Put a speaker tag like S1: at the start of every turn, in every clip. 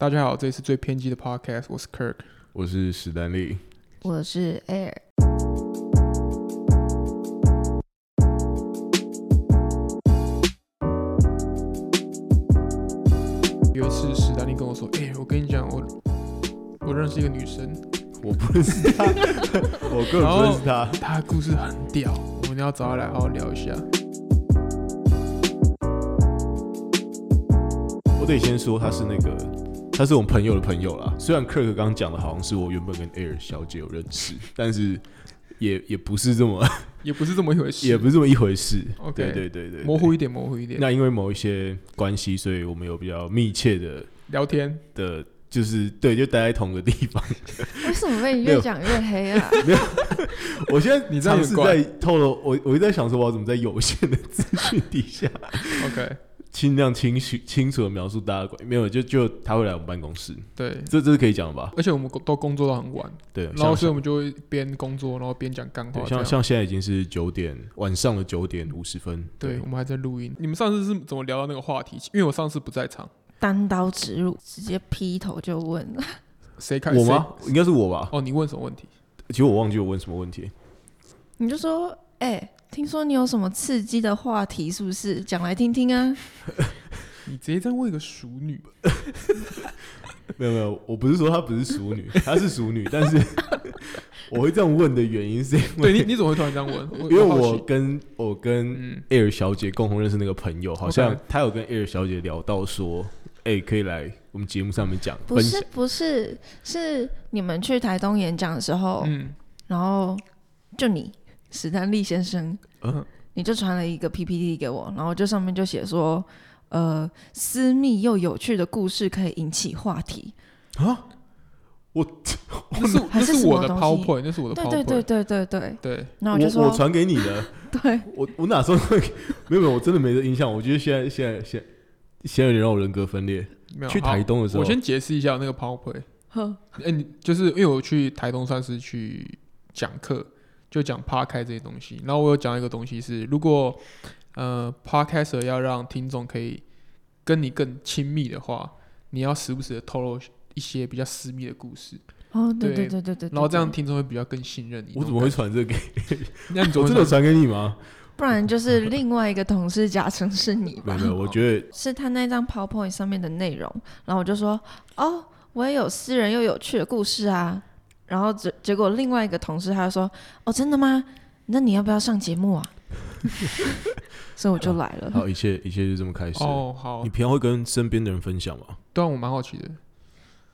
S1: 大家好，这里是最偏激的 podcast，我是 Kirk。
S2: 我是史丹利。
S3: 我是 Air，
S1: 有一次史丹利跟我说：“哎、我跟你讲，我我认识一个女生，
S2: 我不认识他， 我根本不认识他。
S1: 她的故事很屌，我们要找她来好好聊一下。
S2: 我得先说他是那个，他是我们朋友的朋友啦。虽然 Kirk 刚刚讲的好像是我原本跟 Air 小姐有认 识，但是也也不是这么，”
S1: 也不是这么一回事，
S2: 也不是这么一回事。
S1: OK
S2: 对对对对，
S1: 模糊
S2: 一
S1: 一点，模糊一点。
S2: 那因为某一些关系，所以我们有比较密切的
S1: 聊天，
S2: 的，就是对，就待在同个地方。
S3: 为什么被你
S2: 没有
S3: 越讲越黑啊？
S2: 我现在
S1: 你这样
S2: 尝
S1: 很
S2: 试
S1: 怪
S2: 在透露，我我一直在想说，我要怎么在有限的资讯底下
S1: OK，
S2: 尽量清楚清楚的描述大家的关。没有，就就他会来我们办公室，
S1: 对。
S2: 这这是可以讲的吧？
S1: 而且我们工都工作到很晚，
S2: 对，
S1: 然后
S2: 像
S1: 所以我们就会边工作，然后边讲干话
S2: 对，
S1: 这样。
S2: 像像现在已经是九点晚上的九点五十分，
S1: 对，我们还在录音。你们上次是怎么聊到那个话题？因为我上次不在场，
S3: 单刀直入，直接劈头就问了。
S1: 谁开
S2: 我
S1: 谁
S2: 吗？应该是我吧？
S1: 哦，你问什么问题？
S2: 其实我忘记我问什么问题。
S3: 你就说，哎、听说你有什么刺激的话题，是不是？讲来听听啊。
S1: 你直接在问一个熟 女，
S2: 没有没有，我不是说她不是熟女， 她是熟女，但是 我会这样问的原因是因
S1: 对
S2: 为
S1: 你你怎么会突然这样问？
S2: 因为
S1: 好奇
S2: 我跟我跟
S1: 嗯
S2: Air 小姐共同认识那个朋友，好像
S1: OK
S2: 她有跟 Air 小姐聊到说，哎、可以来我们节目上面讲
S3: 不
S2: 分
S3: 是
S2: 享。
S3: 不是，是你们去台东演讲的时
S2: 哦
S3: 候，
S1: 嗯，
S3: 然后就你史丹利先生，
S2: 嗯
S3: 你就传了一个 PPT 给我，然后就上面就写说，呃，私密又有趣的故事可以引起话题。
S2: 啊，我
S1: 那是那
S3: 还是
S1: 是
S3: 什
S1: 我
S3: 么
S1: 的
S3: 东西
S1: PowerPoint，那是我的
S3: 对对对
S1: PowerPoint，
S3: 对对对，
S1: 对，
S2: 我
S3: 然后我就说
S2: 我，传给你的，
S3: 对，
S2: 我我哪时候会没有没有，我真的没这印象。我觉得现在现在现在现在有点让我人格分裂。
S1: 没有
S2: 去台。东的时
S1: 好我
S2: 候，
S1: 先解释一下那个 PowerPoint，
S3: 呵，
S1: 哎、你就是因为我去台东算是去讲课，就讲 Podcast 这些东西，然后我有讲一个东西是，如果呃 Podcaster 要让听众可以跟你更亲密的话，你要时不时的透露一些比较私密的故事，
S3: 哦，对
S1: 对
S3: 对对对对，
S1: 然后这样
S3: 对，
S1: 听众会比较更信任你。
S2: 我怎么会？传这个给？
S1: 那你怎
S2: 我
S1: 么
S2: 真
S1: 会
S2: 的有传给 你吗？
S3: 不然就是另外一个同事假称是你
S2: 没
S3: 吧
S2: 有，没有，我觉得
S3: 是他那张 PowerPoint 上面的内容，然后我就说，哦，我也有私人又有趣的故事啊，然后结结果另外一个同事他就说，哦，真的吗？那你要不要上节目啊？ 所以我就来了，
S2: 好，一切一切就这么开始。
S1: 哦，好
S2: 你，平常会跟身边的人分享吗？
S1: 对啊，我蛮好奇的，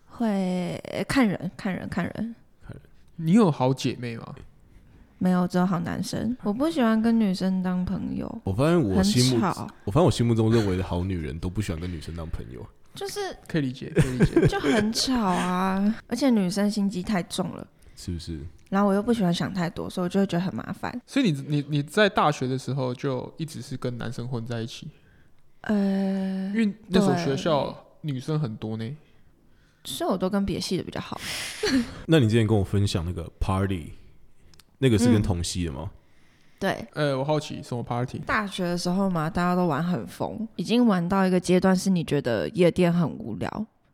S3: 会看人看人看人，
S1: 你有好姐妹吗？
S3: 没有只有好男生，我不喜欢跟女生当朋友，
S2: 我发现我
S3: 很
S2: 心目，
S3: 吵，
S2: 我发现我心目中认为的好女人都不喜欢跟女生当朋友。
S3: 就是
S1: 可以理解，可以理解。
S3: 就很吵啊， 而且女生心机太重了。
S2: 是不是？
S3: 然后我又不喜欢想太多，所以我就会觉得很麻烦。
S1: 所以你你你在大学的时候就一直是跟男生混在一起，
S3: 呃
S1: 因，为那所
S3: 对
S1: 学校女生很多呢。
S3: 所以我都跟别系的比较好。
S2: 那你之前跟我分享那个 party，那个是跟
S3: 嗯
S2: 同系的吗？
S3: 对，
S1: 呃，我好奇什么 party？
S3: 大学的时候嘛，大家都玩很疯，已经玩到一个阶段，是你觉得夜店很无聊，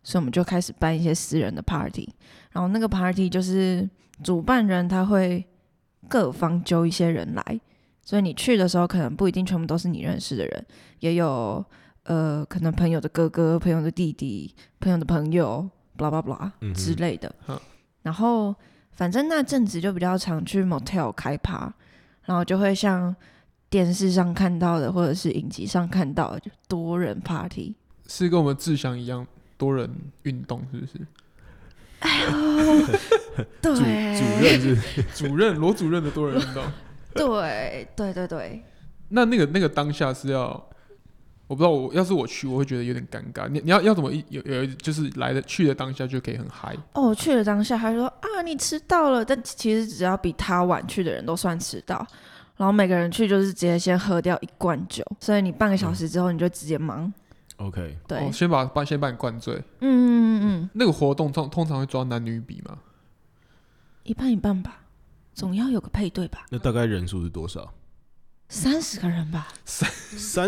S3: 所以我们就开始办一些私人的 party。然后那个 party 就是主办人他会各方揪一些人来，所以你去的时候可能不一定全部都是你认识的人，也有呃可能朋友的哥哥、朋友的弟弟、朋友的朋友，blah blah blah
S2: 嗯哼
S3: 之类的。
S1: 哼
S3: 然后反正那阵子就比较常去 motel 开趴，然后就会像电视上看到的或者是影集上看到的就多人 party。
S1: 是跟我们志祥一样多人运动，是不是？
S3: 对，
S2: 主主任是
S1: 主任罗主任的多人运动。
S3: 对对对对，
S1: 那那个那个当下是要，我不知道我要是我去，我会觉得有点尴尬。你你要要怎么一有有就是来的去的当下就可以很嗨
S3: 哦，我去了当下，他说啊，你迟到了，但其实只要比他晚去的人都算迟到。然后每个人去就是直接先喝掉一罐酒，所以你半个小时之后你就直接忙。
S2: OK，
S3: 对，
S1: 嗯哦，先把把先把你灌醉。
S3: 嗯嗯嗯嗯，
S1: 那个活动通通常会抓男女比嘛？
S3: 一半一半吧，总要有个配对吧。
S2: 那大概人数是多少？
S3: 三十个人吧，
S2: 三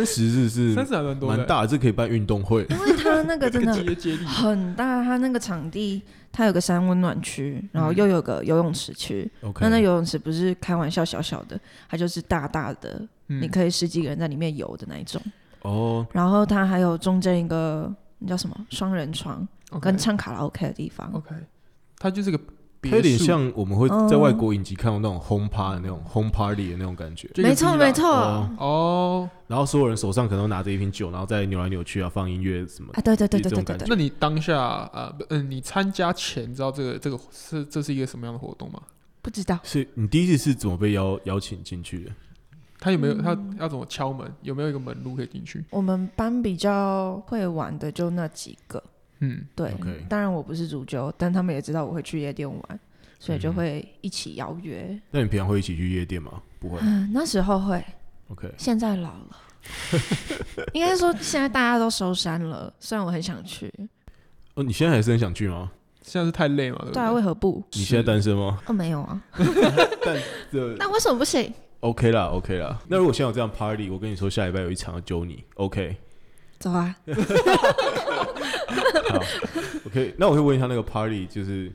S2: 十日
S1: 三
S2: 是
S1: 十还蛮多
S2: 蛮
S1: 的，
S2: 大，这可以办运动会。
S3: 因为他那个 真的
S1: 直接接力。
S3: 很大，他那个场地，他有个山温暖区，然后
S1: 嗯
S3: 又有个游泳池区。
S2: OK，
S3: 那那游泳池不是开玩笑小小的，它就是大大的，你
S1: 嗯，
S3: 可以十几个人在里面游的那一种。
S2: 哦，
S3: 然后它还有中间一个那叫什么双人床，跟
S1: OK
S3: 唱卡拉 OK 的地方。
S2: 哦
S1: OK，它就是个别
S2: 它有点
S1: 墅，
S2: 像我们会在外国影集看到那种 home party 的那种 home party 的那种感觉。
S1: 就一个
S3: 没错
S1: villa
S3: 没错，
S2: 哦
S3: 啊
S1: 哦。
S2: 然后所有人手上可能都拿着一瓶酒，然后再扭来扭去啊，放音乐什么的。
S3: 对对对
S2: 有
S3: 对
S2: 这
S3: 对
S2: 种
S3: 对
S2: 感觉
S1: 那
S3: 对。
S1: 你当下呃，不嗯、你参加前知道这个这个是这是一个什么样的活动吗？
S3: 不知道，
S2: 是你第一次是怎么被邀邀请进去的？
S1: 他有没
S3: 嗯
S1: 有他要怎么敲门？有没有一个门路可以进去？
S3: 我们班比较会玩的就那几个，
S1: 嗯，
S3: 对
S2: OK
S3: 当然我不是主角，但他们也知道我会去夜店玩，所以
S2: 嗯
S3: 就会一起邀约。
S2: 那你平常会一起去夜店吗？不 会。
S3: 嗯，那时候会，
S2: OK，
S3: 现在老 了，应该说现在大家都收山了。虽然我很想去，
S2: 哦，你现在还是很想去吗？
S1: 现在是太累嘛，
S2: 呃
S1: 对不
S3: 对啊，为何不？
S2: 你现在单 身吗？
S3: 哦，没有啊，
S2: 但这
S3: 那为什么不行？
S2: OK 啦，OK 啦。那如果现在有这样 party，我跟你说下礼拜有一场要揪你，OK？
S3: 走啊，
S2: 好，OK。那我会问一下那个 party 就是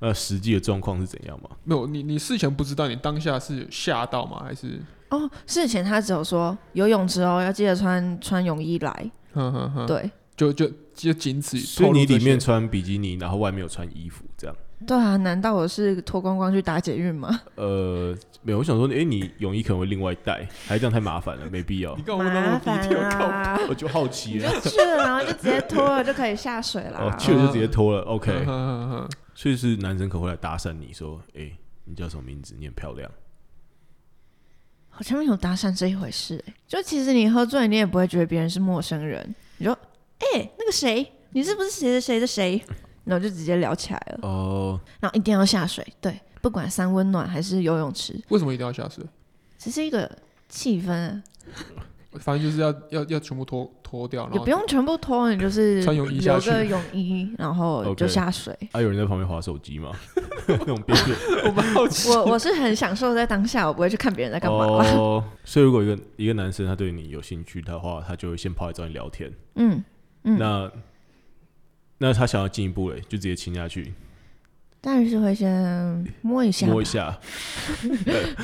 S2: 呃实际的状况是怎样吗？
S1: 没有你你事前不知道，你当下是有吓到吗？还是
S3: 哦，事前他只有说游泳池哦，要记得穿穿泳衣来。
S1: 哼哼
S2: 嗯
S1: 哼，
S3: 对
S1: 就就就仅此
S2: 所以
S1: 透露
S2: 你
S1: 这
S2: 里面
S1: 些
S2: 穿比基尼，然后外面有穿衣服这样。
S3: 对啊，难道我是脱光光去打捷运 吗？
S2: 呃，没有，我想说，哎、你泳衣可能会另外带，还这样太麻烦了，没必要
S1: 你。干嘛问到那
S3: 麻
S1: 么低
S3: 烦
S1: 调？靠
S3: 啦！
S2: 我就好奇
S3: 你
S2: 了，
S3: 就去了，然后就直接脱了，就可以下水
S2: 哦
S3: 啦，。
S2: 去了就直接脱了
S1: 哼
S2: ，OK。
S1: 哼哼哼
S2: 所以是男生可会来搭讪你说，哎、你叫什么名字？你很漂亮。
S3: 好像有搭讪这一回事、欸，就其实你喝醉，你也不会觉得别人是陌生人，你就哎、欸那个谁，你是不是谁的谁的谁？然后就直接聊起来了，
S2: 哦、
S3: 然后一定要下水，对，不管三温暖还是游泳池，
S1: 为什么一定要下水？
S3: 只是一个气氛、啊，
S1: 反正就是要要要全部脱脱掉，然
S3: 也
S1: 后
S3: 不用全部脱，你就是
S1: 穿泳衣下
S3: 留
S1: 去
S3: 个泳衣，然后
S2: OK
S3: 就下水。
S2: 啊，有人在旁边划手机 吗？那种边缘。
S1: 我蛮好奇，
S3: 我我是很享受在当下，我不会去看别人在干嘛。
S2: 哦，所以如果一个一个男生他对你有兴趣的话，他就会先跑来找你聊天。
S3: 嗯，嗯
S2: 那那他想要进一步嘞，就直接亲下去，
S3: 当然是会先摸一下吧，
S2: 摸一下。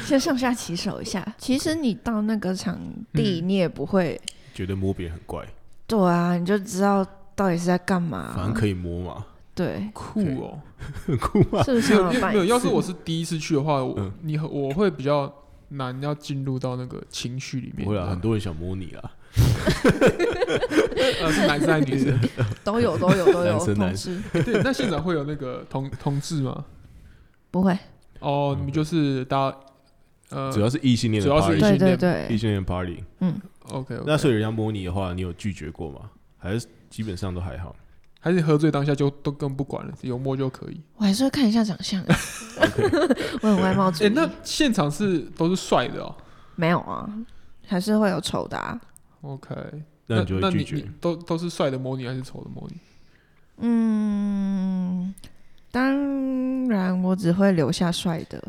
S3: 先上下其手一下。其实你到那个场地，你也不会，
S2: 觉得摸别人很怪，
S3: 对啊，你就知道到底是在干嘛、
S2: 反正可以摸嘛，
S3: 对，
S1: 酷哦。
S2: 很酷嘛。
S3: 是不是
S1: 没有
S3: 想要
S1: 因为
S3: 办
S1: 没有，
S3: 一
S1: 要 是
S3: 次
S1: 我是第一次去的话，我、
S2: 嗯
S1: 你和我会比较难要进入到那个情绪里面。
S2: 不会啦，
S1: 你
S2: 很
S1: 知
S2: 多人想摸你啦。
S1: 道吗呃是男生还是女 生？
S3: 都有都有都有
S2: 男生
S3: 同
S2: 男
S3: 事
S1: 对，那现场会有那个同同志吗？
S3: 不会，
S1: 哦，你们就是大家呃，
S2: 嗯主要是异性恋的
S1: 主要是
S2: party，
S1: 异性恋
S3: 对对
S2: 异
S3: 对，嗯
S2: 性恋 party。
S1: OK，,
S2: 那
S1: o
S2: 所以人家摸你的话，你有拒绝过吗？还是基本上都还好
S1: 还是喝醉当下就都更不管了，有摸就可以。
S3: 我还是会看一下长相啊， 我很外貌主
S1: 哎、
S3: 义，
S1: 那现场是都是帅的哦。
S3: 没有啊，还是会有丑的、啊，
S1: OK，
S2: 那你就
S1: 那
S2: 会
S1: 你
S2: 拒
S1: 你
S2: 绝。
S1: 都都是帅的摸你还是丑的摸你？
S3: 嗯。当然，我只会留下帅的。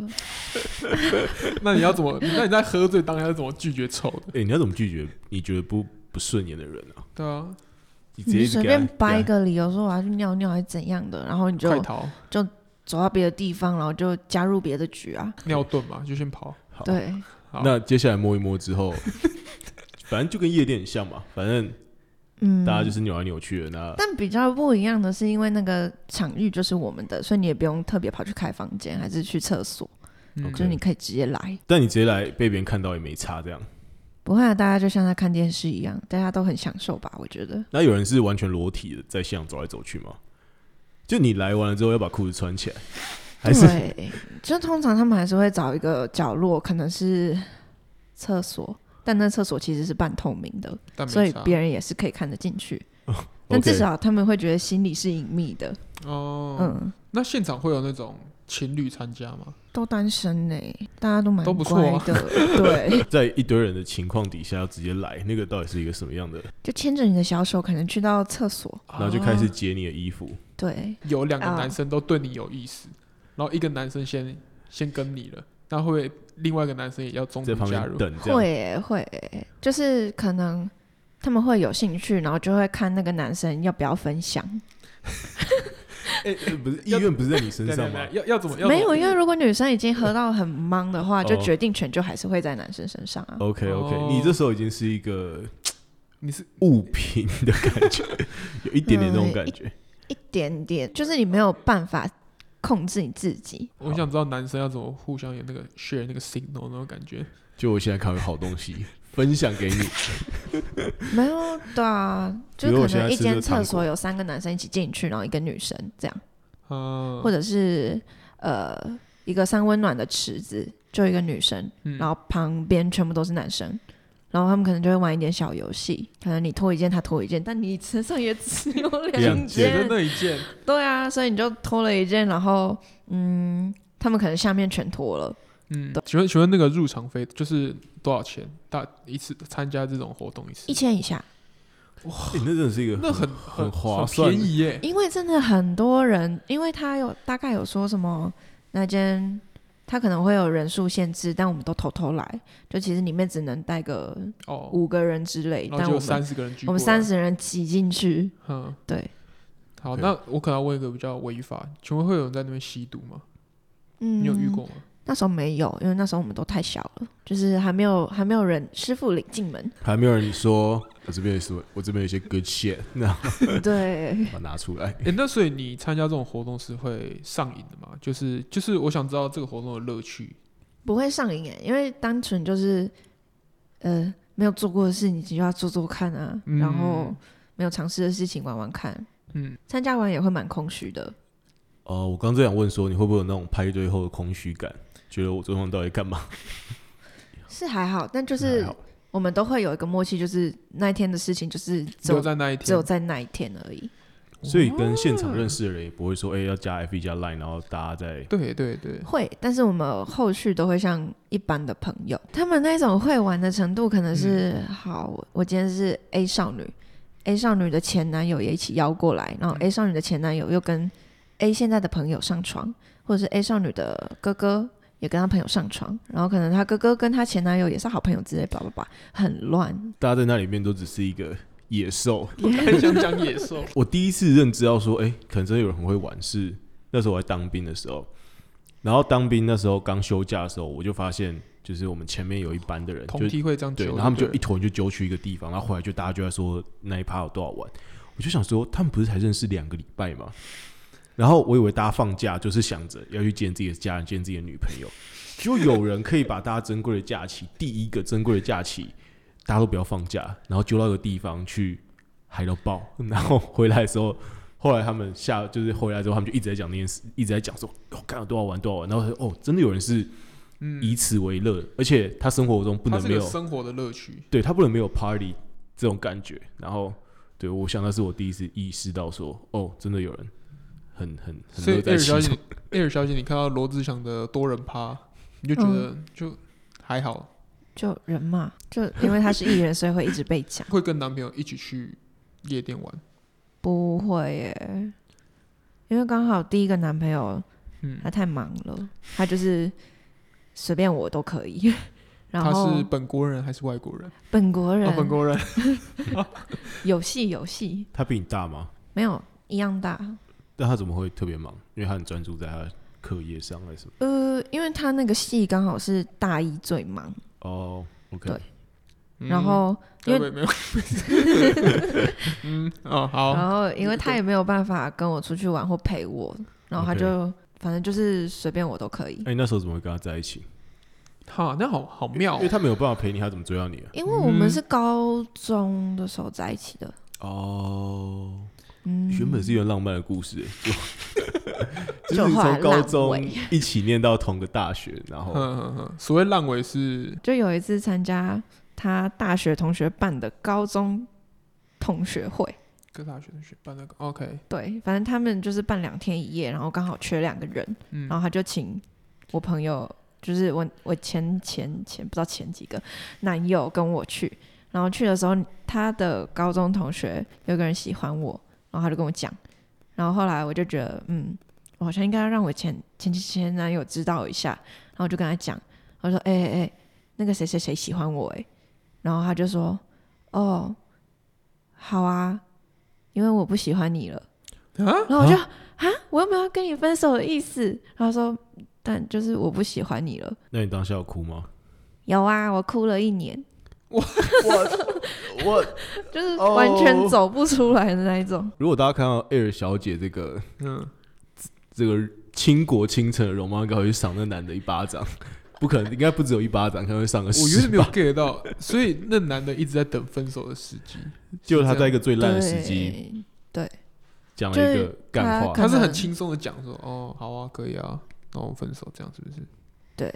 S1: 那你要怎么？那你在喝醉当下是怎么拒绝丑的？
S2: 哎，你要怎么拒绝你觉得不不顺眼的人啊？
S1: 对啊，
S2: 你直接
S3: 你
S2: 一直
S3: 随
S2: 给他
S3: 便掰一
S2: 给
S3: 个理由说我要去尿尿还是怎样的，然后你就
S1: 快逃，
S3: 走到别的地方，然后就加入别的局啊。
S1: 尿遁嘛，就先跑。
S2: 他。好，
S3: 对，
S1: 好
S2: 那接下来摸一摸之后， 反正就跟夜店很像嘛，反正
S3: 嗯，
S2: 大家就是扭来扭去的。那
S3: 但比较不一样的是，因为那个场域就是我们的，所以你也不用特别跑去开房间，还是去厕所，
S1: 嗯
S2: OK
S3: 就是你可以直接来。
S2: 但你直接来被别人看到也没差这样。
S3: 不会啊，大家就像在看电视一样，大家都很享受吧？我觉得
S2: 那有人是完全裸体的在现场走来走去吗？就你来完了之后要把裤子穿起来，还是
S3: 对，就通常他们还是会找一个角落，可能是厕所，但那厕所其实是半透明的，
S1: 但没
S3: 所以
S1: 差
S3: 别人也是可以看得进去。但至
S2: OK
S3: 少他们会觉得心里是隐秘的，
S1: 哦，
S3: 嗯，
S1: 那现场会有那种情侣参加吗？
S3: 都单身呢、大家都蛮
S1: 都不错
S3: 乖
S1: 啊
S3: 的， 对。
S2: 在一堆人的情况底下要直接来，那个到底是一个什么样的？
S3: 就牵着你的小手，可能去到厕所。
S2: 然后就开始
S1: 啊
S2: 解你的衣服，
S3: 对，
S1: 有两个
S3: 啊
S1: 男生都对你有意思，然后一个男生先先跟你了，那会不会另外一个男生也要中途
S2: 在旁
S1: 加入
S2: 边？等这
S3: 会
S2: 样。
S3: 耶会耶就是可能他们会有兴趣，然后就会看那个男生要不要分享。
S2: 哎、呃不是意愿不是在你身
S1: 对 对
S2: 上吗
S1: 对，？要要怎么？要
S3: 没
S1: 怎么
S3: 有，因为如果女生已经喝到很忙的话，就
S2: 哦
S3: 决定权就还是会在男生身上啊。
S2: OK OK，、
S1: 哦
S2: 你这时候已经是一个
S1: 你是
S2: 物品的感觉，有一点点那种感觉。
S3: 一点点，就是你没有办法控制你自己。
S1: 我想知道男生要怎么互相有那个 share 那个 signal 那种感觉。
S2: 就我现在看到一个好东西，分享给你，
S1: 哦
S3: 没有对啊，就
S2: 比如
S3: 可
S2: 我现在
S3: 能一
S2: 吃这
S3: 间
S2: 个糖
S3: 厕
S2: 果
S3: 所有三个男生一起进去，然后一个女生这样，
S1: 嗯，
S3: 或者是呃一个三温暖的池子，就一个女生，
S1: 嗯
S3: 然后旁边全部都是男生。然后他们可能就会玩一点小游戏，可能你脱一件，他脱一件，但你身上也只有两
S2: 两
S1: 姐的
S3: 件，
S1: 那一件，
S3: 对啊，所以你就脱了一件，然后嗯，他们可能下面全脱了，
S1: 嗯，请问请问那个入场费就是多少钱？大一次参加这种活动一次
S3: 一，千以下，
S2: 欸那真的是一个
S1: 那很
S2: 很划
S1: 很
S2: 算
S1: 便宜耶。
S3: 因为真的很多人，因为他有大概有说什么那间，他可能会有人数限制，但我们都偷偷来，就其实里面只能带个
S1: 哦，
S3: 五个人之类，
S1: 然后就
S3: 但我
S1: 有
S3: 们
S1: 三十个人聚，
S3: 我们三，十人挤进去，
S1: 嗯，
S3: 对，
S1: 好，
S2: OK
S1: 那我可能要问一个比较违法，请问会有人在那边吸毒吗？
S3: 嗯，
S1: 你有遇？ 过吗？
S3: 那时候没有，因为那时候我们都太小了，就是还没有还没有人师傅领 进门，
S2: 还没有人说，我这边也是，我这边有一些 good shit，那
S3: 对，
S2: 把它拿出来。
S1: 诶，那所以你参加这种活动是会上瘾的吗？就是就是，我想知道这个活动的乐趣。
S3: 不会上瘾哎，因为单纯就是呃没有做过的事，你就要做做看啊，
S1: 嗯
S3: 然后没有尝试的事情玩玩看。
S1: 嗯，
S3: 参加完也会蛮空虚的。
S2: 哦，我刚刚就想问说，你会不会有那种派对后的空虚感？觉得我昨晚到底干嘛？
S3: 是还好，但就
S2: 还
S3: 是
S2: 好
S3: 我们都会有一个默契，就是那一天的事情就是只
S1: 就
S3: 有
S1: 在那一
S3: 只
S1: 天
S3: 有，在那一天而已。
S2: 所以跟现场认识的人也不会说，哎、要加 F 加 Line，然后大家在
S1: 对对 对，
S3: 会，但是我们后续都会像一般的朋友，他们那种会玩的程度可能是、好，我我今天是 A 少女，A 少女的前男友也一起邀过来，然后 A 少女的前男友又跟 A 现在的朋友上床，或者是 A 少女的哥哥。也跟他朋友上床，然后可能他哥哥跟他前男友也是好朋友之类，叭叭叭，很乱。
S2: 大家在那里面都只是一个野兽。
S1: 我很想讲野兽。
S2: 我第一次认知到说，哎、可能真的有人很会玩，是那时候我在当兵的时候。然后当兵那时候刚休假的时候，我就发现，就是我们前面有一班的人，就
S1: 同梯会这样
S2: 对，
S1: 揪，
S2: 然后他们就
S1: 对
S2: 一坨人就揪去一个地方，然后回来就大家就在说那一趴有多好玩。我就想说，他们不是才认识两个礼拜吗？然后我以为大家放假就是想着要去见自己的家人、见自己的女朋友，就有人可以把大家珍贵的假期，第一个珍贵的假期，大家都不要放假，然后揪到一个地方去嗨到爆，然后回来的时候，后来他们下就是回来之后，他们就一直在讲那件事，一直在讲说，哦，干了多好玩，多好玩。然后我说哦，真的有人是以此为乐，而且他生活中不
S1: 嗯它
S2: 能
S1: 是
S2: 没
S1: 个
S2: 有
S1: 生活的乐趣。
S2: 对他不能没有 party 这种感觉。然后，对我想那是我第一次意识到说，哦，真的有人很很很
S1: 所以艾
S2: 乐在
S1: 尔
S2: 其
S1: 小姐
S2: 中。
S1: 艾尔小姐，你看到罗志祥的多人趴，你就觉得
S3: 嗯
S1: 就还好，
S3: 就人嘛，就因为他是艺人，所以会一直被讲。
S1: 会跟男朋友一起去夜店玩。
S3: 不会耶，因为刚好第一个男朋友
S1: 嗯，
S3: 他太忙了，他就是随便我都可以。然
S1: 他
S3: 后
S1: 是本国人还是外国人？
S3: 本国人
S1: 啊，，本国人。
S3: 有戏有戏，
S2: 他比你大吗？
S3: 没有一样大。
S2: 但他怎么会特别忙？因为他很专注在他的课业上还是什么？
S3: 呃，因为他那个戏刚好是大一最忙，
S2: 哦，OK，
S3: 对
S1: 嗯
S3: 然后因
S1: 对
S3: 为
S1: 不对呃没有， 嗯，哦，好，
S3: 然后因为他也没有办法跟我出去玩或陪我，然后他
S2: OK
S3: 就反正就是随便我都可以
S1: 哎
S2: 那、。哎你那时候怎么会跟他在一起？
S1: 哈，那好好妙哦
S2: 因为他没有办法陪你，他怎么追到你啊？
S3: 因为我
S1: 嗯
S3: 们是高中的时候在一起的，
S2: 哦，
S3: 嗯，
S2: 原本是一个浪漫的故事，欸 就
S3: 就
S2: 就是
S3: 后来
S2: 从高
S3: 烂
S2: 中
S3: 尾
S2: 一起念到同个大学，然
S1: 哦。
S2: 后
S1: 嗯嗯嗯，所谓烂尾是
S3: 就有一次参加他大学同学办的高中同学会，
S1: 各大学的学办那个，OK，哦
S3: 对，反正他们就是办两天一夜，然后刚好缺两个人，
S1: 嗯
S3: 然后他就请我朋友，就是我我前前前不知道前几个男友跟我去，然后去的时候他的高中同学有个人喜欢我，然后他就跟我讲，然后后来我就觉得嗯。我好像应该要让我前前前前男友知道一下，然后我就跟他讲，我说：“哎哎哎，那个谁谁谁喜欢我哎、然后他就说：“哦，好啊，因为我不喜欢你了。”
S1: 啊，
S3: 然后我就啊，我又没有要跟你分手的意思。然后他说，但就是我不喜欢你了。
S2: 那你当下有哭吗？
S3: 有啊，我哭了一年，
S2: 我
S3: 就是
S2: 哦
S3: 完全走不出来的那一种。
S2: 如果大家看到 Air 小姐这个
S1: 嗯，
S2: 这个倾国倾城的容貌，应该会去赏那男的一巴掌， 不可能，应该不只有一巴掌，可能会赏个
S1: 我有
S2: 十
S1: 点没有
S2: 巴。
S1: get 到，所以那男的一直在等分手的时机，
S2: 就是他
S1: 是这
S2: 在
S1: 样
S2: 一个最烂的时机
S3: 对，
S2: 讲了一
S3: 就
S2: 个
S3: 是
S2: 干话
S3: 可，
S1: 他是很
S3: 能
S1: 轻松的讲说，哦，好啊，可以啊，那我们分手，这样是不是
S3: 对，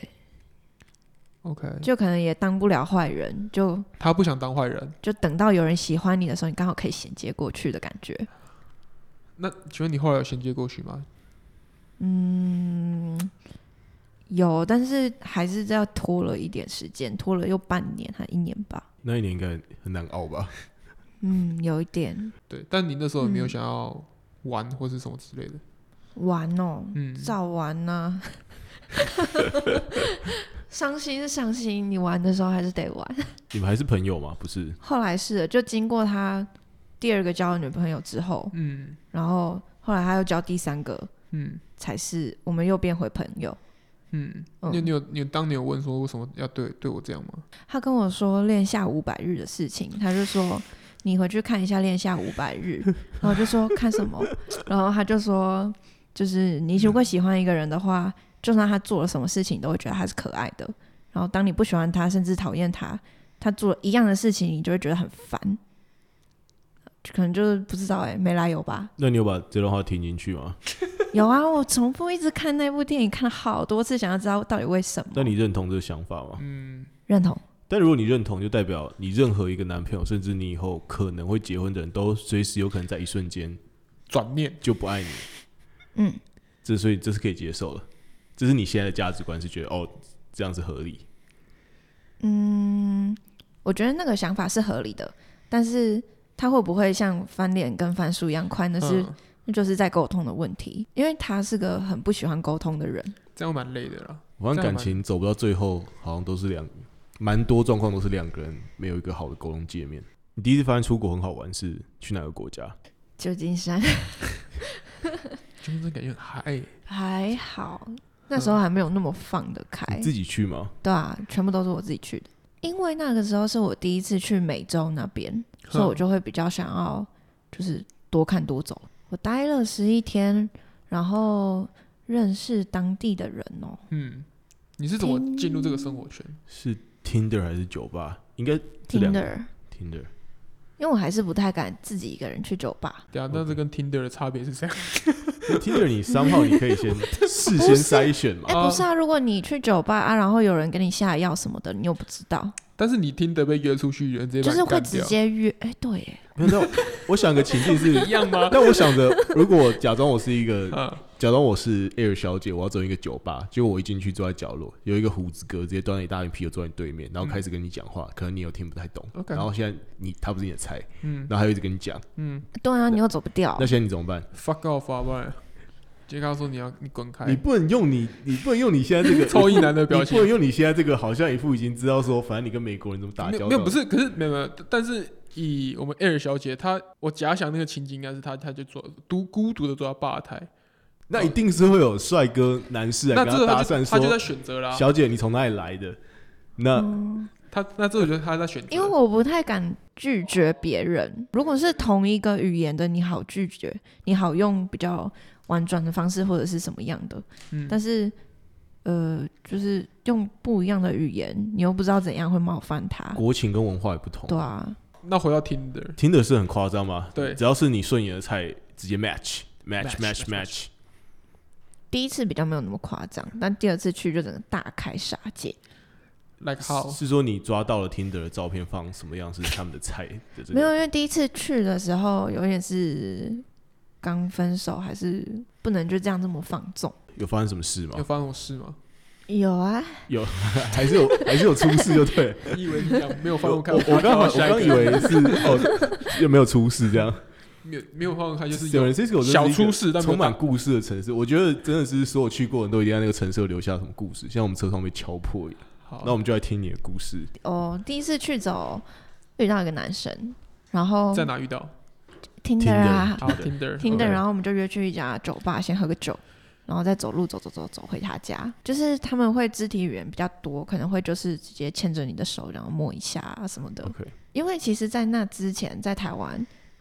S1: ？OK，
S3: 就可能也当不了坏人，就
S1: 他不想当坏人。
S3: 就等到有人喜欢你的时候，你刚好可以衔接过去的感觉。
S1: 那请问你后来有衔接过去吗？
S3: 有，但是还是要拖了一点时间，拖了又半年还一年吧。
S2: 那一年应该很难熬吧？
S3: 嗯，有一点
S1: 对，但你那时候有没有
S3: 嗯
S1: 想要玩或是什么之类的？
S3: 玩哦，
S1: 嗯，
S3: 早玩呐、 伤心是伤心，你玩的时候还是得玩。
S2: 你们还是朋友吗？不是，
S3: 后来是的，就经过他第二个交的女朋友之后，
S1: 嗯
S3: 然后后来他又交第三个，
S1: 嗯
S3: 才是我们又变回朋友。
S1: 嗯，
S3: 嗯
S1: 你你有你有当你有问说为什么要对对我这样吗？
S3: 他跟我说练下五百日的事情，他就说你回去看一下练下五百日， 然后我就说看什么， 然后他就说就是你如果喜欢一个人的话，就算他做了什么事情，你都会觉得他是可爱的。然后当你不喜欢他，甚至讨厌他，他做了一样的事情，你就会觉得很烦。可能就是不知道哎、没来由吧？
S2: 那你有把这段话听进去吗？
S3: 有啊，我重复一直看那部电影，看了好多次，想要知道到底为什么。
S2: 那你认同这个想法吗？
S1: 嗯，
S3: 认同？
S2: 但如果你认同，就代表你任何一个男朋友，甚至你以后可能会结婚的人，都随时有可能在一瞬间
S1: 转念，
S2: 就不爱你。
S3: 嗯，
S2: 这所以这是可以接受的，这是你现在的价值观是觉得哦这样是合理。
S3: 嗯，我觉得那个想法是合理的，但是他会不会像翻脸跟翻书一样快，那是、
S1: 嗯、
S3: 那就是在沟通的问题，因为他是个很不喜欢沟通的人。
S1: 这样蛮累的啦。
S2: 我发现
S1: 这样
S2: 感情走不到最后，好像都是两蛮多状况都是两个人没有一个好的沟通界面。你第一次发现出国很好玩是去哪个国家？
S3: 旧金山
S1: 就真的感觉很嗨、
S3: 还好，那时候还没有那么放得开，
S2: 你自己去吗？
S3: 对啊，全部都是我自己去的，因为那个时候是我第一次去美洲那边，
S2: 嗯
S3: 所以我就会比较想要就是多看多走。我待了十一天，然后认识当地的人哦、
S1: 嗯，你是怎么进入这个生活圈？
S2: 是 Tinder 还是酒吧？应该这两个
S3: Tinder，
S2: Tinder。
S3: 因为我还是不太敢自己一个人去酒吧。
S1: 对啊，那这跟 Tinder 的差别是这样。
S2: Tinder 你三号你可以先事先筛选嘛
S1: 哦
S3: 哎、？不是啊，如果你去酒吧啊，然后有人跟你下药什么的，你又不知道，
S1: 但是你 Tinder 被约出去，人直接
S3: 就
S1: 把
S3: 是
S1: 你
S3: 会
S1: 干
S3: 直
S1: 掉，
S3: 接约。哎、对耶，
S2: 没有，那我我想个情境是
S1: 一样吗？
S2: 但我想着，如果假装我是一个，
S1: 嗯
S2: 假装我是 Air 小姐，我要走进一个酒吧，结果我一进去坐在角落，有一个胡子哥直接端了一大瓶啤酒坐在你对面，然
S1: 嗯
S2: 后开始跟你讲话，可能你又听不太懂
S1: OK
S2: 然后现在你他不是你的菜，
S1: 嗯
S2: 然后他又一直跟你讲，
S1: 嗯
S3: 对啊，你又走不掉
S2: 那。现在你怎么办？
S1: ，fuck off 啊，不然杰克说你要你滚开
S2: 你，不能用你，你不能用你现在这 个
S1: 超一男的表
S2: 你
S1: 情
S2: 不能用你现在这个好像一副已经知道说，反正你跟美国人怎么打
S1: 没
S2: 交道，
S1: 有没有不是，可是没有没有，但是以我们 Air 小姐她，我假想那个情景应该是她，她就坐独孤独的坐在吧台，
S2: 那一定是会有帅哥男士来
S1: 那
S2: 跟
S1: 这个
S2: 搭
S1: 她就
S2: 讪
S1: 她就在嗯
S2: 说，
S1: 选择啦，
S2: 小姐你从哪里来的？那、
S1: 她那这个就是她在选择，
S3: 嗯因为我不太敢拒绝别人。如果是同一个语言的，你好拒绝，你好用比较婉转的方式或者是什么样的。
S1: 嗯
S3: 但是，呃，就是用不一样的语言，你又不知道怎样会冒犯他。
S2: 国情跟文化也不同，
S3: 对啊，
S1: 那回到 Tinder，
S2: 听的是很夸张吗？
S1: 对
S2: 只要是你顺眼的菜，直接 match match
S1: Match，
S2: match
S1: match
S2: match。
S3: 第一次比较没有那么夸张，但第二次去就整个大开杀戒。
S1: like how
S2: 是说你抓到了听的照片放什么样是他们的菜的这
S3: 没有，
S2: 个？
S3: 因为第一次去的时候有点是刚分手，还是不能就这样这么放纵。
S2: 有发生什么事
S1: 有
S2: 吗？
S1: 发生什么事吗？
S3: 有啊，
S2: 有， 还是有 还是有出事 就对了。
S1: 你以为你讲没有发
S2: 我
S1: 生，
S2: 我
S1: 看
S2: 我刚好我
S1: 下一
S2: 刚
S1: 个
S2: 以为是哦，又没有出事这样。
S1: 没有没有放开， 就是
S2: 有
S1: 有
S2: 人 c i s c o
S1: 小出事，但没有
S2: 充满
S1: 大
S2: 故事的城市，我觉得真的是所有去过的人都一定在那个城市有留下什么故事，像我们车窗被敲破一样。
S1: 好，
S2: 那我们就来听你的故事。
S3: 哦，第一次去走遇到一个男生，然后
S1: 在哪遇到？
S3: Tinder 啊
S1: 好 Tinder，
S3: 听的，
S2: OK
S3: 然后我们就约去一家酒吧先喝个酒，然后再走路走走走走回他家。就是他们会肢体语言比较多，可能会就是直接牵着你的手，然后摸一下啊什么的。
S2: OK，
S3: 因为其实，在那之前在台湾，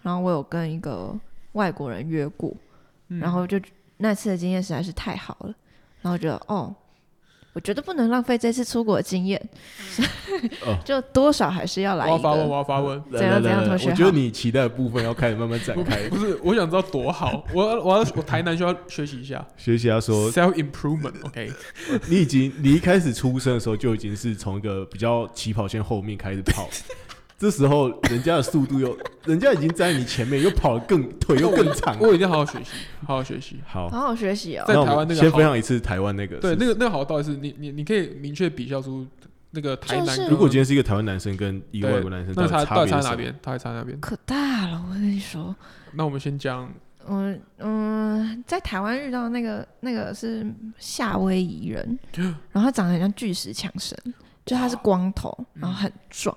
S3: 然后我有跟一个外国人约过，
S1: 嗯
S3: 然后就那次的经验实在是太好了，然后觉得哦，我觉得不能浪费这次出国的经验，所以
S2: 哦
S3: 就多少还是要来
S1: 我要
S3: 一
S1: 发问，我
S3: 个。
S1: 要发问。
S2: 来
S3: 怎样
S2: 来
S3: 怎样
S2: 来来
S3: 同学
S2: 我觉得
S3: 好
S2: 你期待的部分要开始慢慢展
S1: 不
S2: 开。
S1: 不是， 我想知道多好， 我要我要我台南需要学习一下
S2: 学习他说，
S1: self improvement，OK，
S2: 你已经你一开始出生的时候就已经是从一个比较起跑线后面开始跑，这时候人家的速度又， 人家已经在你前面，又跑得更腿又更长。
S1: 我一定好好学习，好好学 习。
S2: 好，
S3: 好好学习哦
S1: 哦在，
S2: 那我
S1: 台湾
S2: 们
S1: 那个
S2: 先
S1: 好
S2: 分享一次台湾那个。
S1: 对，
S2: 是
S1: 那个那个好到底是你你你可以明确比较出那个台
S3: 就
S1: 南
S3: 是
S1: 跟。
S2: 如果今天是一个台湾男生跟一个外国男生，
S1: 那
S2: 底
S1: 差
S2: 差
S1: 到
S2: 别
S1: 底
S2: 是
S1: 差
S2: 什
S1: 哪
S2: 么？
S1: 边？到底差哪边？
S3: 可大了，我跟你说。
S1: 那我们先讲
S3: 嗯嗯，在台湾遇到那个那个是夏威夷人，然后他长得很像巨石强森，就他是光头，然后很壮，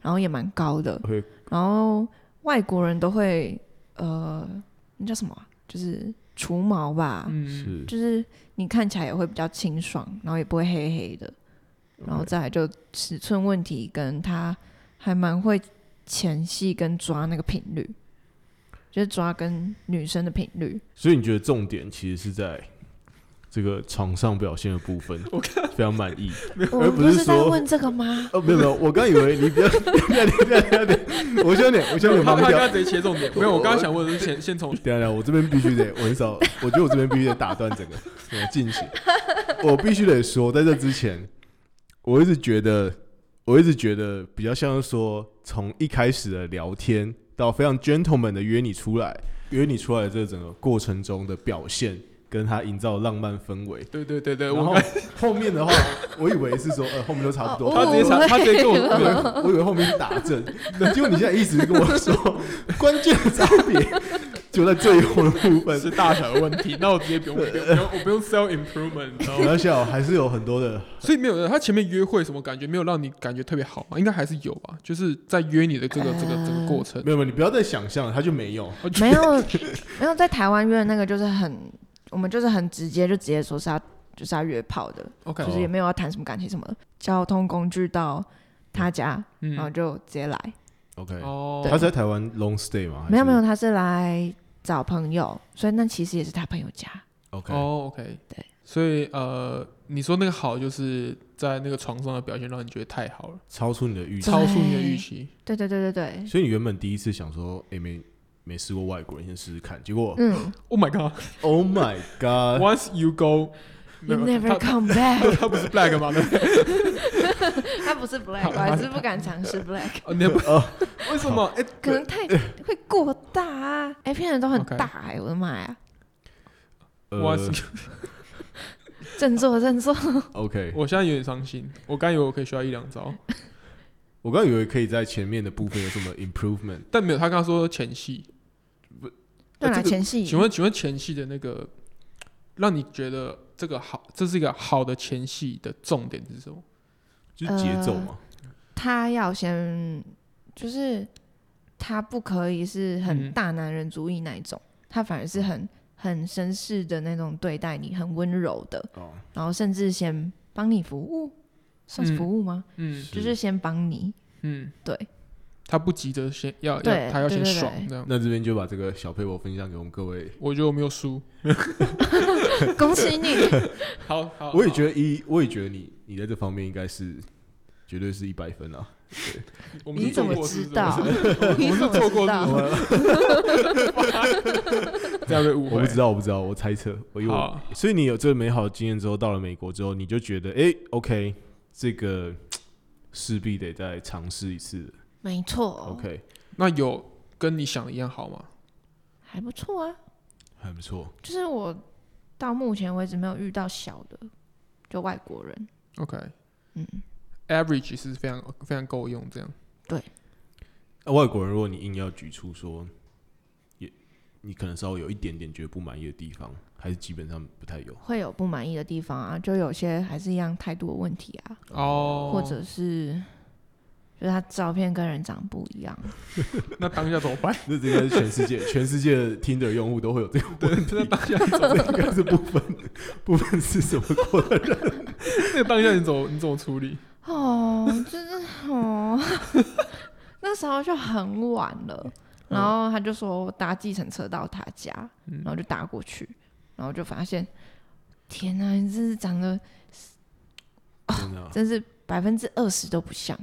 S3: 然后也蛮高的，
S2: OK，
S3: 然后外国人都会呃，那叫什么啊、就是除毛吧，
S1: 嗯，
S2: 是
S3: 就是你看起来也会比较清爽，然后也不会黑黑的，然后再来就尺寸问题，跟他还蛮会前戏跟抓那个频率，就是抓跟女生的频 率。
S2: 所以你觉得重点其实是在这个床上表现的部 分，我非常满意。
S3: 我
S2: 而
S3: 们
S2: 不
S3: 不
S2: 是
S3: 是在
S2: 说
S3: 问这个吗？
S2: 哦，没有没有，我刚以为你比较， 不要不要不要不要，我先点，我先点
S1: 他
S2: 帮
S1: 他
S2: 掉
S1: 刚。才直接切重点，没有，我刚刚想问的是先先从
S2: 等一下等一下，我这边必须得，我很少，我觉得我这边必须得打断整个整个进行。我必须得说，在这之前，我一直觉得，我一直觉得比较像是说，从一开始的聊天到非常 gentleman 的约你出来，约你出来的这整个过程中的表现，跟他营造浪漫氛围。
S1: 对对对对，
S2: 然
S1: 呃我
S2: 后
S1: 刚
S2: 后面的话，我以为是说，呃，后面都差不多。
S3: 哦
S1: 他直接插他直接跟我
S2: 我以为我以为后面是打 针，那结果你现在一直跟我说 关键的差别就在最后的部分。
S1: 是大小的问 题， 那我直接不用不用不用我不用 self improvement，你知道
S2: 没
S1: 吗？
S2: 关系啊，还是有很多的
S1: 所以没有他前面约会什么感觉，没有让你感觉特别好吗？应该还是有吧，就是在约你的这个这个这个过程。哦
S2: 没有，没有，你不要再想象了，他就没有。
S1: 我觉得
S3: 呃没有，没有，在台湾约的那个就是很，我们就是很直接，就直接说是要就是要约炮的，
S1: ，OK，
S3: 就是也没有要谈什么感情什么的。交通工具到他家，然后
S1: 嗯，
S3: 就直接来。
S2: OK，
S1: 哦
S2: 他，是在台湾 long stay
S1: 啊
S2: 吗？还是
S3: 没有没有，他是来找朋友，所以那其实也是他朋友家。
S2: ，OK，
S1: 哦，OK，
S3: 对，
S1: 所以呃，你说那个好，就是在那个床上的表现让你觉得太好了，
S2: 超出你的预期。
S1: 超出你的预期。
S3: 对对对对对，
S2: 所以你原本第一次想说，哎，没没试过外国人，先试试看。结果
S3: 嗯
S1: Oh my god！Once
S2: ，Oh my God，
S1: you go，
S3: 呃，You
S1: 没有
S3: never
S1: 他
S3: come back。
S1: 他不是 black 吗？
S3: 他不是 black，我还是不敢尝试 black，
S1: 哦，你不 为什么？哎，
S3: 可能太会过大啊。A 片人都很
S1: OK
S3: 大哎、我的妈呀！
S1: 我
S2: 呃
S3: 振作振作，
S1: 哎
S2: ，OK，
S1: 我现在有点伤心，我刚以为我可以学到一两招，
S2: 我刚以为可以在前面的部分有什么 improvement。
S1: 但没有。他刚刚说前戏，
S3: 对啦，
S2: 这个
S3: 前戏。
S1: 请问请问前戏的那个，让你觉得这个好，这是一个好的前戏的重点是什么？
S2: 就是节奏嘛，
S3: 他要先，就是他不可以是很
S1: 嗯哦
S3: 大男人主义那一种，他反而是很很绅士的那种对待你，很温柔的，
S2: 哦，
S3: 然后甚至先帮你服务，算是
S1: 嗯
S3: 服务吗？
S1: 嗯
S3: 呃就是先帮你，
S1: 嗯，
S3: 对，
S1: 他不急着先要
S3: 对
S1: 要，他要先
S3: 对对
S1: 爽
S3: 对
S1: 这样。
S2: 那这边就把这个小配博分享给我们各位。
S1: 我觉得我没有输，
S3: 恭喜你，
S1: 好好，
S2: 我也
S1: 得
S2: 觉得一，我也觉得你你在这方面应该是绝对是一百分啊。
S1: 我们
S3: 你
S1: 是
S3: 怎
S1: 中
S3: 么
S1: 国
S3: 知
S1: 是不是
S3: 道？ 你怎么
S1: 错
S3: 知
S1: 过
S3: 道
S1: 是？ 这样被误会。
S2: 我不知道，我不知道，我猜测。我因为我
S1: 好
S2: 所以你有这个美好的经验之后，到了美国之后，你就觉得，哎、o k 这个嘖势必得再尝试一次。
S3: 没
S1: 哦
S3: 错
S2: OK，
S1: 那有跟你想的一样好吗？
S3: 还不错啊。
S2: 还不错。
S3: 就是我到目前为止没有遇到小的，就外国人，
S1: OK，
S3: 嗯，
S1: average 是非常非常够用这样。
S2: 那外国人，如果你硬要举出说，也你可能稍微有一点点觉得不满意的地方，还是基本上不太有。
S3: 会有不满意的地方啊，就有些还是一样态度的问题啊，
S1: 哦，
S3: 或者是就是他照片跟人长不一样，
S1: 那当下怎么办？
S2: 那这个是全世界 全世界的 Tinder 用户都会有这个问题
S1: 那。当下
S2: 这应该是部分部分是什么过的人？
S1: 那个当下你怎么你怎么处理？
S3: 哦，就是哦， 那时候就很晚了，然后他就说搭计程车到他家，然后就搭过去，然后就发现，天哪，你真是长得哦
S2: 真的啊
S3: 真是百分之二十都不像，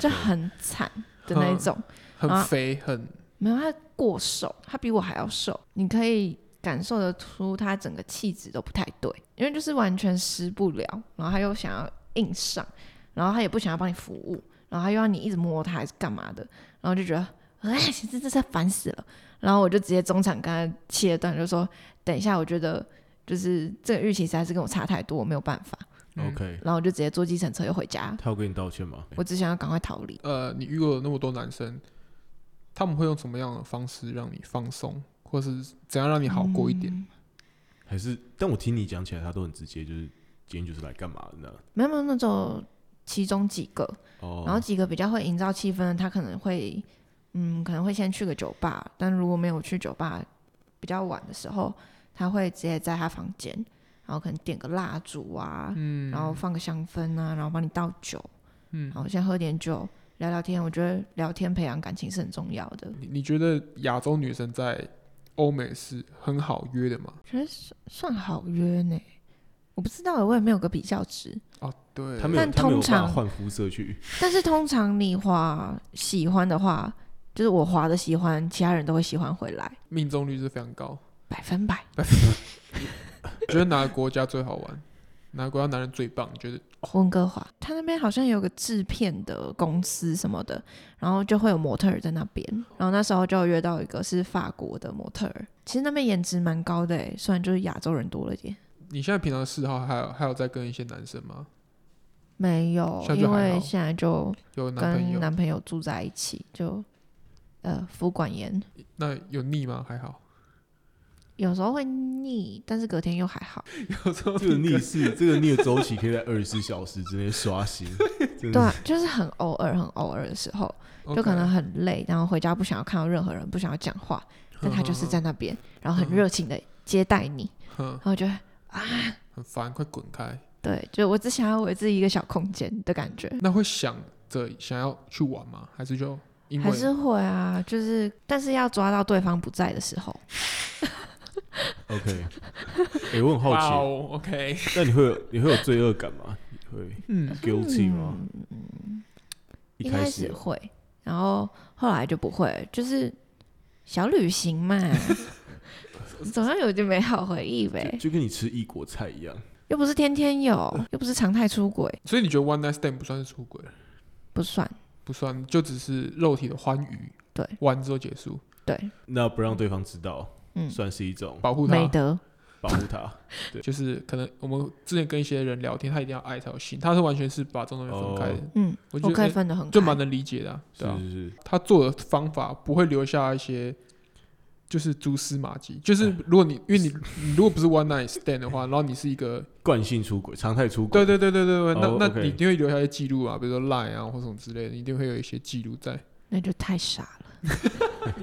S3: 就
S2: OK
S3: 很惨的那一种。
S1: 很
S3: 啊
S1: 肥，很
S3: 没有，他啊过瘦，他比我还要瘦，你可以感受得出他整个气质都不太对，因为就是完全施不了，然后他又想要硬上，然后他也不想要帮你服务，然后他又要你一直摸他还是干嘛的，然后就觉得哎，这这这烦死了。然后我就直接中场跟他切断，就说等一下，我觉得就是这个预期实在是跟我差太多，我没有办法。
S1: 嗯
S2: OK，
S3: 然后我就直接坐计程车又回家，
S2: 他有跟你道歉吗？
S3: 我只想要赶快逃离。
S1: 呃，你遇过那么多男生，他们会用什么样的方式让你放松，或是怎样让你好过一点？
S2: 还是？但我听你讲起来，他都很直接，就是今天就是来干嘛的呢？
S3: 没有没有那种其中几个，
S2: 哦，
S3: 然后几个比较会营造气氛的，他可能会，嗯，可能会先去个酒吧，但如果没有去酒吧，比较晚的时候，他会直接在他房间，然后可能点个蜡烛啊，
S1: 嗯，
S3: 然后放个香氛啊，然后帮你倒酒，
S1: 嗯
S3: 然后先喝点酒聊聊天。我觉得聊天培养感情是很重要的，
S1: 你你觉得亚洲女生在欧美是很好约的吗？
S3: 觉得算算好约呢。我不知道，我也没有个比较值，
S1: 哦，对，
S2: 他没有，
S3: 但
S2: 他没有
S3: 通常
S2: 办法换肤色去。
S3: 但是通常你滑喜欢的话，就是我滑的喜欢，其他人都会喜欢回来，
S1: 命中率是非常高。
S3: 百分百。
S1: 你觉得哪个国家最好玩？ 哪个国家男人最棒？你觉得？
S3: 温哥华，他那边好像有个制片的公司什么的，然后就会有模特儿在那边。然后那时候就约到一个是法国的模特儿，其实那边颜值蛮高的诶，虽然就是亚洲人多了点。
S1: 你现在平常的嗜好还有还有在跟一些男生吗？
S3: 没有，
S1: 现在就
S3: 因
S1: 还好
S3: 为现在就
S1: 有男朋
S3: 跟
S1: 友？
S3: 男朋友住在一起，就呃服管严，
S1: 那有腻吗？还好。
S3: 有时候会腻，但是隔天又还好。
S1: 有时候
S2: 这个逆 是这个逆的周期可以在二十四小时之内刷新，
S1: 嗯
S2: 真
S3: 对、
S2: 的
S3: 啊，就是很偶尔、很偶尔的时候，就可能很累，然后回家不想要看到任何人，不想要讲话，但他
S1: 嗯
S3: 就是在那边，然后很热情的接待你，
S1: 哼
S3: 然后就会
S1: 很烦，快滚开。
S3: 对，就我只想要我自己一个小空间的感觉，
S1: 那会想着想要去玩吗？还是就因
S3: 还
S1: 为
S3: 是会啊，就是但是要抓到对方不在的时候，
S2: OK。哎， 我很好
S1: 哇
S2: 奇，
S1: 哦，OK，
S2: 那你会有你会有罪恶感吗？你会
S1: 嗯，
S2: guilty 吗？一
S3: 一
S2: 开
S3: 开
S2: 始
S3: 始
S2: 有
S3: 会，然后后来就不会，就是小旅 行嘛，总要有点美好回忆呗
S2: 就，就跟你吃异国菜一样，
S3: 又不是天天有，又不是常态出轨，
S1: 所以你觉得 one night stand 不算是出轨，
S3: 不算
S1: 不算，就只是肉体的欢愉，
S3: 对，
S1: 完之后结束，
S3: 对，
S2: 那不让对方知道，
S3: 嗯
S2: 算是一种
S1: 保护
S3: 美
S1: 他，
S3: 德。
S2: 保护他。
S1: 就是可能我们之前跟一些人聊天，他一定要爱才有性，他是完全是把这种东西分开的，
S3: 嗯，
S1: 我觉
S3: 我
S1: 得
S3: 可以
S1: 哎
S3: 分得很
S1: 就
S3: 开
S1: 蛮能理解的啊，对啊
S2: 哦是，是是，
S1: 他做的方法不会留下一些就是蛛丝马迹，就是
S2: 哎
S1: 如果你因为你你如果不是 one night stand 的话，然后你是一个
S2: 惯性出轨、常态出轨
S1: 对，对对对对对，那、
S2: 哦
S1: 那
S2: OK
S1: 你一定会留下一些记录啊，比如说 Line 啊或什么之类的，你一定会有一些记录在。
S3: 那就太傻了。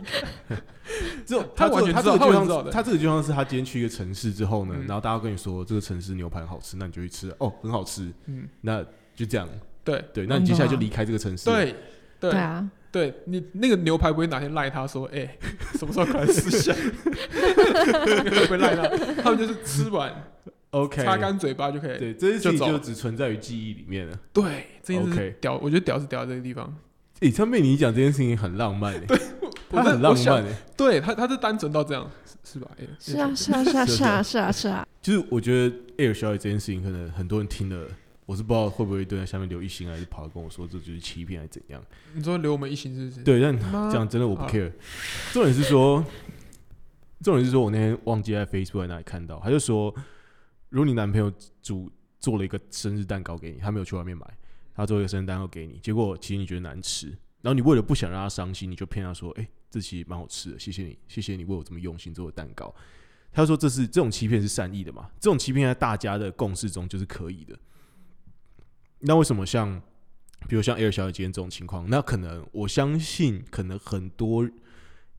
S2: 这种
S1: 他
S2: 这
S1: 完
S2: 个
S1: 全
S2: 他
S1: 知
S2: 这
S1: 道他完
S2: 个就
S1: 全
S2: 像
S1: 知道
S2: 是
S1: 的
S2: 他这个就像是他今天去一个城市之后呢，
S1: 嗯
S2: 然后大家跟你说这个城市牛排很好吃，那你就去吃，哦，很好吃，
S1: 嗯，
S2: 那就这样，
S1: 对
S2: 对，那你
S3: 嗯
S2: 接下来就
S3: 对啊
S2: 离开这个城市，，
S1: 对对
S3: 对啊，
S1: 对你那个牛排不会哪天赖他说，哎、什么时候可能私下？ 不会赖他，他们就是吃完
S2: ，OK，
S1: 擦干嘴巴就可以。
S2: 对，这件事情
S1: 就走
S2: 就只存在于记忆里面了。
S1: 对，这件事是
S2: OK
S1: 屌我觉得屌是屌在这个地方。
S2: 诶、上面你讲这件事情很浪漫、欸，对，
S1: 我
S2: 他很
S1: 在我
S2: 浪
S1: 想
S2: 漫、欸。
S1: 对他，他是单纯到这样，是是吧？哎，
S3: 是啊，是啊，是啊，
S2: 是
S3: 是
S2: 啊
S3: 啊，是啊，是啊。
S2: 就是我觉得 air 小姐这件事情，可能很多人听了，我是不知道会不会对在下面留一星，还是跑来跟我说这就是欺骗，还是怎样？
S1: 你说留我们一行是不是？，
S2: 对，但
S1: 妈
S2: 讲真的，我不
S1: 啊
S2: care。重点是说，重点是说我那天忘记在 Facebook 那里看到，他就说，如果你男朋友煮做了一个生日蛋糕给你，他没有去外面买，他做一个生日蛋糕给你，结果其实你觉得难吃，然后你为了不想让他伤心，你就骗他说，哎、这其实蛮好吃的，谢谢你，谢谢你为我这么用心做的蛋糕。”他说：“这是这种欺骗是善意的嘛？这种欺骗在大家的共识中就是可以的。那为什么像，比如像 Air 小姐今天这种情况，那可能我相信，可能很多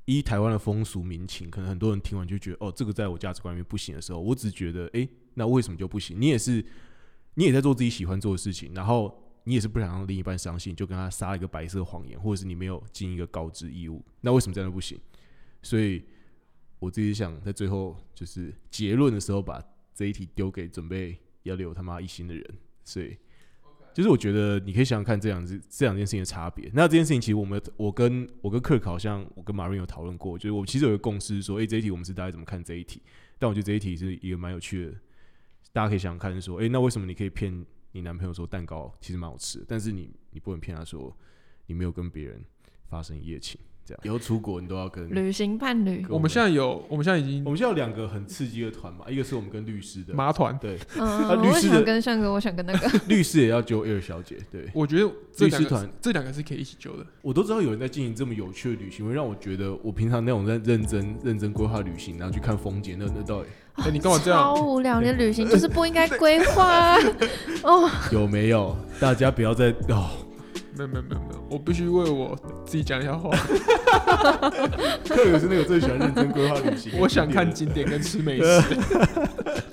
S2: 依台湾的风俗民情，可能很多人听完就觉得，哦，这个在我价值观里面不行的时候，我只觉得，诶，那为什么就不行？你也是，你也在做自己喜欢做的事情，然后你也是不想让另一半伤心，就跟他撒了一个白色谎言，或者是你没有尽一个告知义务，那为什么这样就不行？所以我自己想在最后就是结论的时候，把这一题丢给准备要留他妈一星的人，所以。就是我觉得你可以想想看这两件这两件事情的差别。那这件事情其实我们我跟我跟克好像我跟马瑞有讨论过，就是我其实有一个共识说，诶，这一题我们是大家怎么看这一题？但我觉得这一题是一个蛮有趣的，大家可以想想看说，诶，那为什么你可以骗你男朋友说蛋糕其实蛮好吃的，但是你你不能骗他说你没有跟别人发生一夜情，这样以后出国你都要跟。
S3: 旅行伴侣
S2: 跟，
S1: 我们现在有，我们现在已
S2: 我
S1: 经
S2: 们现在有两个很刺激的团嘛，一个是我们跟律师的，
S1: 麻团，
S2: 对，啊
S3: 嗯，
S2: 律
S3: 我
S2: 师的
S3: 想跟炫哥，我想跟那个，
S2: 律师也要揪 Air 小姐，对，
S1: 我觉得这两
S2: 律师团
S1: 个这两个是可以一起揪的。
S2: 我都知道有人在进行这么有趣的旅行，会让我觉得我平常那种认认真认真规划旅行，然后去看风景，那那到底
S1: 哎，你干嘛这
S3: 超
S1: 样？
S3: 无聊，你的旅行就是不应该规划啊。哦，
S2: 有没有？大家不要再哦，
S1: 没有没有没有没有，我必须为我自己讲一下话。
S2: 克友是那个最喜欢认真规划旅行。
S1: 我想看景点跟吃美食。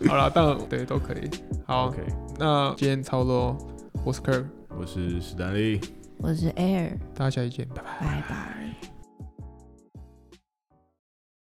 S1: 好了，当然对都可以。好
S2: OK，
S1: 那今天差不多，我是 Kirk，
S2: 我是史丹利。
S3: 我是 Air，
S1: 大家下期见，拜拜。
S3: 拜拜。